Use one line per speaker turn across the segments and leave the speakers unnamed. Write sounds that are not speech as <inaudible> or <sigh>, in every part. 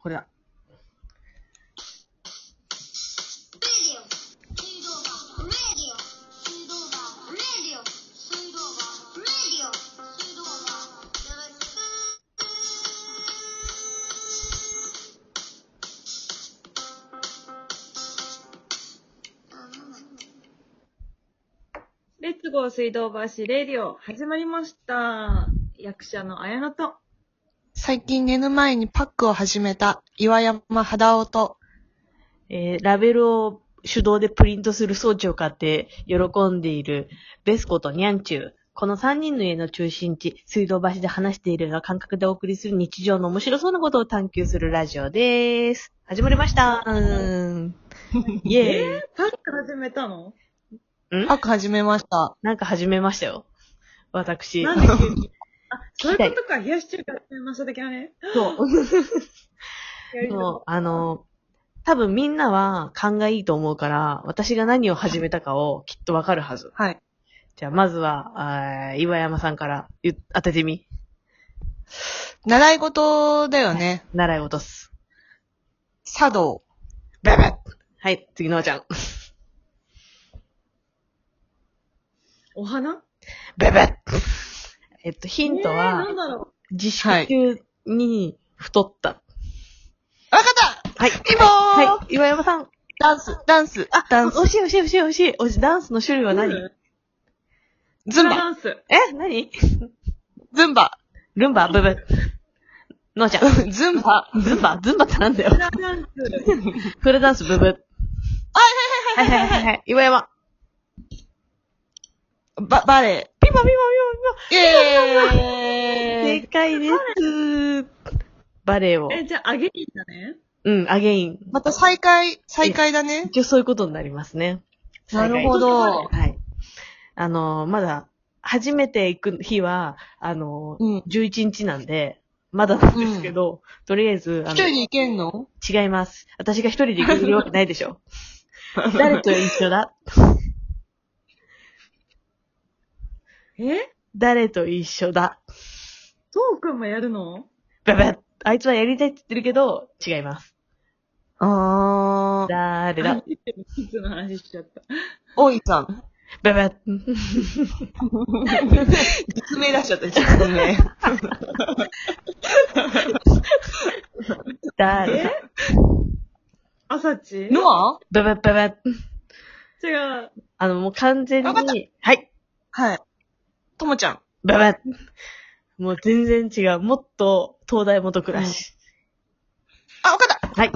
これだ。
Radio. Sudova. Radio. Sudova. Radio. Sudova. Radio. Sudova. Direct.
レッツゴー水道橋レディオ始まりました。役者の綾乃と。
最近寝る前にパックを始めた岩山肌音と、
えーラベルを手動でプリントする装置を買って喜んでいるベスコとニャンチュー。この3人の家の中心地、水道橋で話しているような感覚でお送りする日常の面白そうなことを探求するラジオです。始まりま
<laughs>
した。
うーん、
イェーイ。
パック始めたの
パック始めました。
なんか始めました
<laughs>
よ。私。
なんで急にあ、そういうことか。冷やし中華始めました的なね。
そう。
やり
そうあの、多分みんなは勘がいいと思うから、私が何を始めたかをきっとわかるはず。
はい。
じゃあ、まずは、あー岩山さんから言う当ててみ。
習い事だよね。
習い事っす。
茶道。
ババッはい、次のおちゃん。
お花
ババッえっと、ヒント
えーな
は
ん、だろ
自粛中に太った。
わかった
はい。
ピボー、
はい、岩山さん。
ダンス、ダンス、あ、ダンス
惜、しい惜しい惜しい惜しい。惜しいダンスの種類
う
は何、
ル
ズン
ンバ
バ、
ダンス。
え何
ズンバ、 <laughs>
ルンバブブ。のおちゃ <laughs> ん。
ズンバ。
ズンバズンバってなんだよ
フ。ラダンス。
フルダンスブブ。はいはいはいはいはいはい。岩山。
バ、バレ
ピボピボピ
ー。イ
ボ
ェー
正
イ
解です。バレエを。
え、じゃあ、あげいいんだね。
うん、アゲイン。
また再開、再開だね。
一応そういうことになりますね。
なるほど。
はい。あの、まだ、初めて行く日は、あの、
うん。
11日なんで、まだなんですけど、とりあえず、あ
一人で行けんの
の、違います。私が一人で行くわけないでし
<laughs>
ょ。誰と一緒だ
え
誰と一緒だ
トーくんもやるの
ババッあいつはやりたいって言ってるけど、違います。
あー。
誰だ
いつの話しちゃった。
大井さん。
ババッ
実名出しちゃった、実 <laughs> 名。
誰だ
朝ち
ノア
ババッババッ
違う。
あの、もう完全
わかっ
に、はい。
はい。ともちゃん。
ババッもう全然違う。もっと、東大元暮らし。
あ、わかった
はい。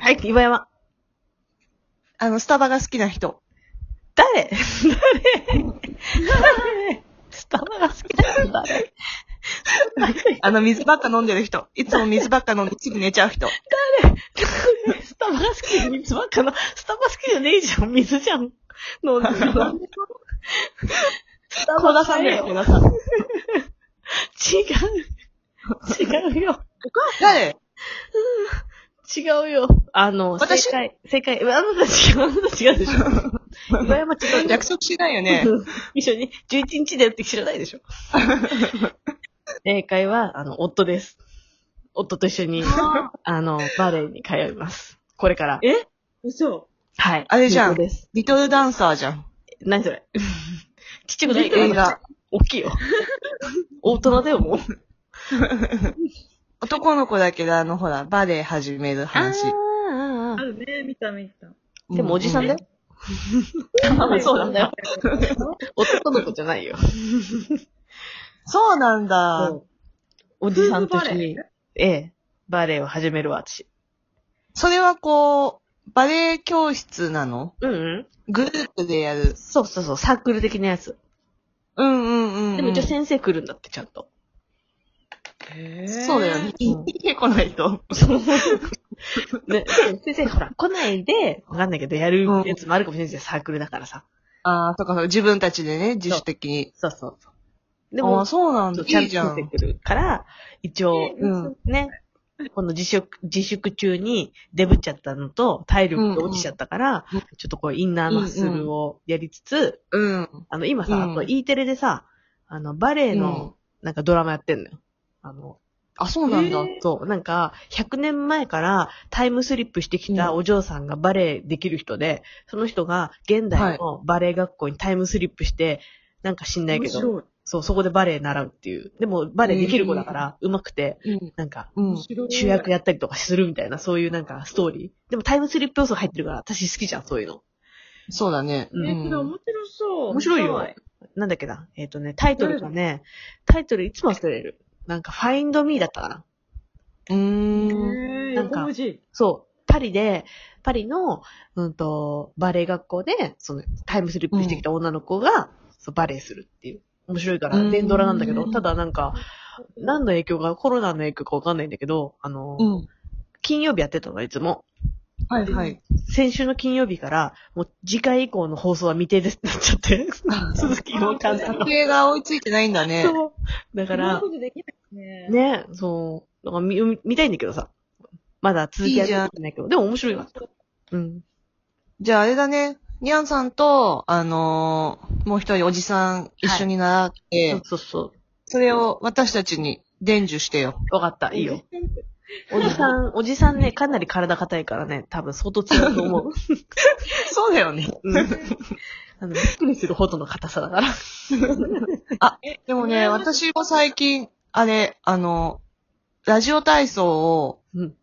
はい、岩山。
あの、スタバが好きな人。
誰 <laughs> 誰誰スタバが好きな人誰
あの、水ばっか飲んでる人。いつも水ばっか飲んですぐ寝ちゃう人。
スタバが好きで水ばっかの、スタバ好きじゃねえじゃん。水じゃん。飲んでるの。スタ
小
バ
田さんだよ、小田さん。
違う。違うよ。
誰
違うよ。あの、
私
正解。正解。あなた違う。あなた違うでしょ。岩山違う。
約束しない
<laughs>
よね。
一緒に11日だよって知らない <laughs> でしょ。正解は、あの、夫です。夫と一緒に、あの、バレエに通います。これから。
え嘘。
はい。
あれじゃん
息子です。
リトルダンサーじゃん。
何それ <laughs> ちっちゃくない
映画。
大きい <laughs> よ。大人だよ、もう。
男の子だけど、あの、ほら、バレエ始める話。
あるね、見た見た。
う
でもおじさんだよ。 <laughs> そうなんだよ。男の子じゃないよ。
そうなんだ。
おじさんと一緒
夫婦
に
バ、
ええ、バレエを始めるわ、私。
それはこう、バレエ教室なの
うんうん。
グループでやる。
そうそうそう、サークル的なやつ。
うんうんうんうん。
でも一応先生来るんだって、ちゃんと。
へ
そうだよね。
う
い
ん
てこないと。
ね、先生、ほら、来ないで、わかんないけど、やるやつもあるかもしれないですよ、サークルだからさ。
ああ、そっかそっか、自分たちでね、自主的に。
そうそうそう。で
でも、
も、
あーそうなん
そう
だ。
ちゃ
い
ん
い
と
じ
出
ゃ
て
ん。
くるから、一応、
うん。
ね、この自粛、自粛中にデブっちゃったのと、体力が落ちちゃったから、
うんうん
ちょっとこう、インナーマッスルをやりつつ、
うん。
あの、今さ、
うん
あと E テレでさ、あの、バレエの、なんかドラマやってんのよ。あの、
あ、そうなんだ。
へ
そう、なんか、100年前からタイムスリップしてきたお嬢さんがバレエできる人で、その人が現代のバレエ学校にタイムスリップして、なんか知んないけ
面
ど、
白い。
そう、そこでバレエ習うっていう。でも、バレエできる子だから、上手くて、
うん。
なんか、
うん
面。白い。
主役やったりとかするみたいな、そういうなんかストーリー。でもタイムスリップ要素入ってるから、私好きじゃん、そういうの。
そうだね。
う
え、それ面白そう。
面白いよ
見た
なんだっけな。えっ、とね、タイトルがね、タイトルいつも忘れる。なんか、Find Me だったかな。
うーん。
えー、
なんか
横文字。
そう。パリで、パリの、うんと、バレエ学校で、その、タイムスリップしてきた女の子が、そうバレエするっていう。面白いから、
うん
連ドラなんだけど、ただなんか、何の影響が、コロナの影響かわかんないんだけど、あの、
うん。
金曜日やってたの、いつも。
はいはい。
先週の金曜日から、もう次回以降の放送は未定ですってなっちゃって、 <laughs> 鈴木も監督の。
系が追いついてないんだね。
そう。だか
そんな
ら
こ、とできないね。
ね、そう。だから見、見見たいんだけどさ。まだ続きや
いいじゃん
ってないけど。でも面白いわ。うん。
じゃああれだね。ニャンさんと、あのーもう一人おじさん一緒に習って、
そうそうそ
それを私たちに伝授してよ。
う。わかった。いいよ。おじさん、おじさんね、かなり体硬いからね、多分相当強いと <laughs> 思う。
そうだよね。
うん。あの、びっくりするほどの硬さだから。
でもね、私も最近、あれ、あの、ラジオ体操を、
うん。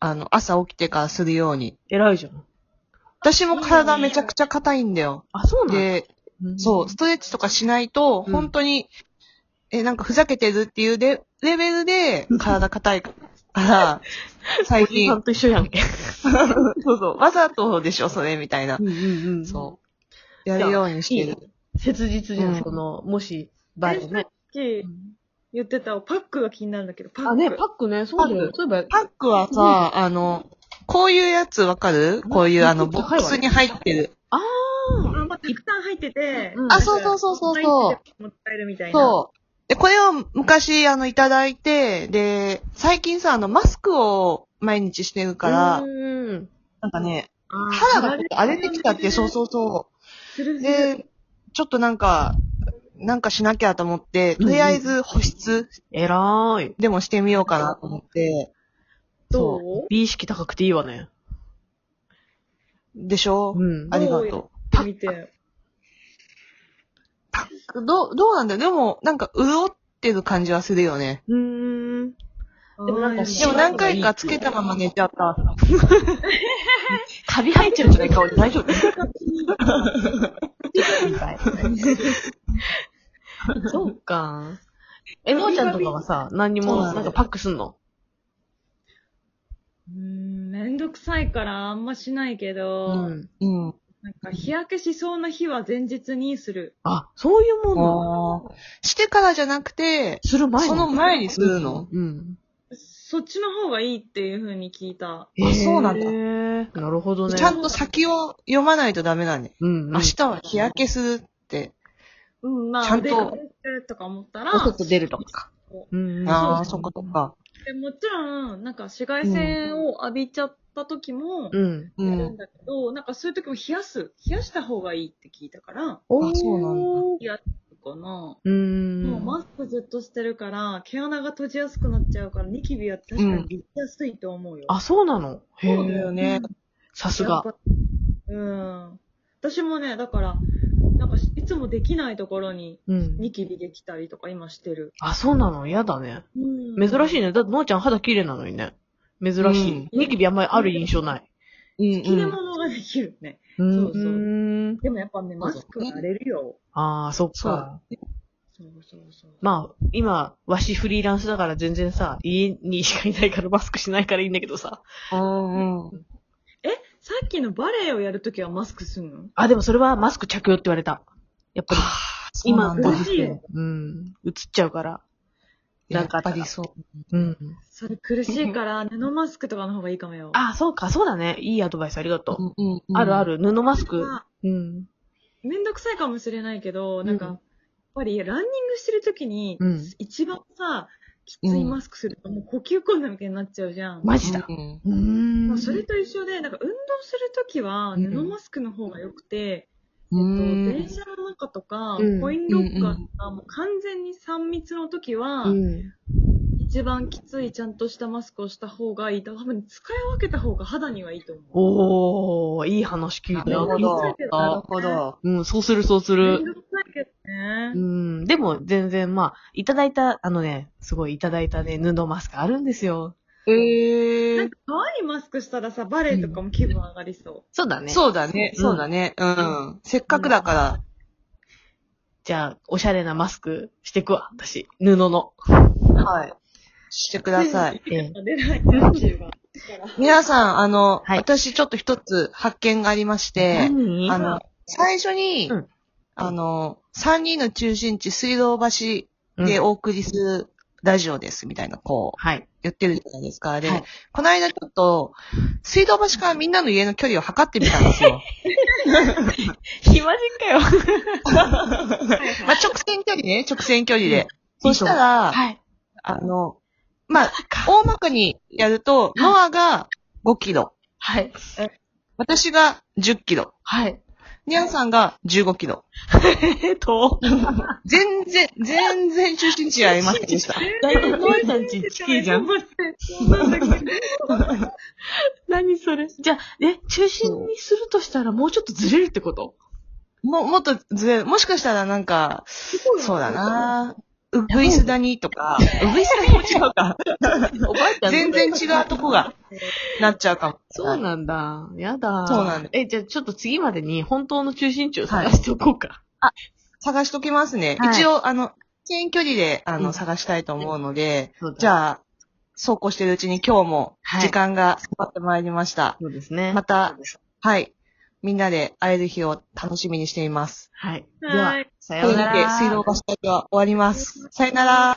あの、朝起きてからするように。
偉いじゃん。
私も体めちゃくちゃ硬いんだよ。
あ、そうなんだ。
で、
ん
そう、ストレッチとかしないと、
うん
本当に、え、なんかふざけてるっていうレレベルで、体硬
<laughs>
いから、最
おじさ
近
ん、と一緒やんけ。
そうそう、わざとでしょ、それ、みたいな。
んうんうん
そう。やるようにして
いい
る。
切実じゃん、
うん
その、もし、バレエね。
さっき言ってたパックが気になるんだけど、パック。
あ、ね、パックね、そうだよ。そういえば、
パックはさ、あの、こういうやつわかるこういう、あの、ボックスに入ってる。
あー
あまあ、たくさん入ってて、
うん
あ、そうそうそうそうそう。
う。もったえるみたいな。
そう。で、これを昔、あの、いただいて、で、最近さ、あの、マスクを毎日してるから
う、ーん。
なんかね、
あー
肌がちょっと荒れてきたって、そうそうそ
する
う。
する。
で、ちょっとなんか、なんかしなきゃと思って、とりあえず保湿
えらーい。
でもしてみようかなと思って、
どう
美意識高くていいわね。
でしょ
うん。
ありがと
やってみて。
う。どう、どうなんだよ。でも、なんか、潤ってる感じはするよね。
うーん。
で
もなんか
でも何回かつけたまま寝ちゃった。
カビ生えてるんじゃ <laughs> ないか、大丈夫そうか。え、のーちゃんとかはさ、何に
そう
も
な、んだ
なん
よ
かパックすんの
うーん、めんどくさいからあんましないけ
う
ど、
ん。
うん。
なんか日焼けしそうな日は前日にする。
あ、そういうもんなの
あーしてからじゃなくて、
する前に
その前にするの
うん。
そっちの方がいいっていう風に聞いた。
あそうなんだ
だ。なるほどね。
ちゃんと先を読まないとダメだね。
うん。
明日は日焼けするって。
うん、まあ、
ちゃんと
お出かけするとか思ったら、
お外出るとか。うん。
ああ、そっかそっ。か。
でもちろん、なんか紫外線を浴びちゃった時も、
うん。
う
やるん
ん。
だけど、なんかそういう時も冷やす。冷やした方がいいって聞いたから、
あそうなん
冷やすかな。
うーん。
もうマスクずっとしてるから、毛穴が閉じやすくなっちゃうから、ニキビは確かにできやすいと思うよ。
あ、そうなのへ
そうだよ
え。
ね。
さすが
や。っぱ。うん。私もね、だから、なんかいつもできないところに
うん。
ニキビできたりとか今してる。
あ、そうなの嫌だね。
うん
珍しいね。だって、のーちゃん肌綺麗なのにね。珍しい。ニキビあんまりある印象ない。
うん
切れ
うん。
物ができるね。
う
そうそう
ーん。
でもやっぱね、マスクは荒れるよ。
ああ、そっ
そう
か
だ。
そうそうそう。
まあ、今、わしフリーランスだから全然さ、家にしかいないからマスクしないからいいんだけどさ。
うんうん。
さっきのバレエをやるときはマスクすんの
あ、でもそれはマスク着用って言われた。やっぱり、
そうな
今、
ん
ご
だ。
時世。うん。映っちゃうから。
や
なん
っ
かあった
ぱ
ら
りそう。
うん。
それ苦しいから、 <laughs> 布マスクとかの方がいいかもよ。
あ、そうか、そうだね。いいアドバイスありがとう。
うんうんうん
あるあ。る。布マスク。
あ、
うん。
めんどくさいかもしれないけど、なんか、
うん
やっぱりランニングしてるときに、
うん
一番さ、きついマスクすると、もう呼吸困難みたいになっちゃうじゃん。
マジだ。
うん
うー
ま
ん
あそれと一緒で、なんか運動するときは
うん
布マスクの方が良くて、
う
えっと
ん
電。車の中とか、
うん
コインロッカーとか、もう完全に3密のときは、
うん。
1一番きついちゃんとしたマスクをした方がいい。多分使い分けた方が肌にはいいと思う。
おー、いい話聞い
なる
た。
ほど。なるほど。
うん、そうする、そうす
めん
る。
どくさいけ
う
どね。
ん、でも全然、まあ、いただいた、あのね、すごいいただいたね、布マスクあるんですよ。
え
な
え
ん。か可愛いマスクしたらさ、バレエとかも気分上がりそう。
そうだね。う。
そうだね、そうだね。うん。せっかくだから。
じゃあ、おしゃれなマスクしてくわ、私。布の。
はい。してください。
えー
出ないじゃん、中盤。
皆さん、あの、
はい
私ちょっと一つ発見がありまして、
何
あの、最初に、
うん
あの、三人の中心地水道橋
うん
でお送りするラジオです、みたいな、こう、
はい。
言ってるじゃないですか。で、
はい
この間ちょっと、水道橋からみんなの家の距離を測ってみたんですよ。
暇人かよ。
まあ、直線距離ね、直線距離で。そした
<laughs>
ら、
はい。
あの、まあ、大まかにやると、ノアが5キロ、
はい。
私が10キロ、
はい。 <laughs>
ニャンさんが15キロ。
えっ
<laughs>
と、
全然、全然中心地ありませんでした。
大体ノエさんち近いじゃん。
そうなんだけど。
何それ。じゃあ、え、中心にするとしたらもうちょっとずれるってこと
も、もっとずれ、もしかしたらなんか、そうだなうぐいす谷
<laughs>
とか、うぐいす谷も違うか。
おばあちゃん
全然違うとこが、なっちゃうかも。
そうなんだ。やだ。
そうなんだ
え、じゃあちょっと次までに本当の中心地を探しておこうか。
探しときますね。
はい
一応、あの、遠距離で、あ
う
の、
ん
探したいと思うので、
そうだ
じゃあ、そうこうしてるうちに今日も
はい
時間が迫ってまいりました。
そうですね。
また、はい。みんなで会える日を楽しみにしています。
はい。で
は
は、
い。
さ
と
よ
いううわ
な
けで、
ら。
水道橋だけは終わります。さよなら。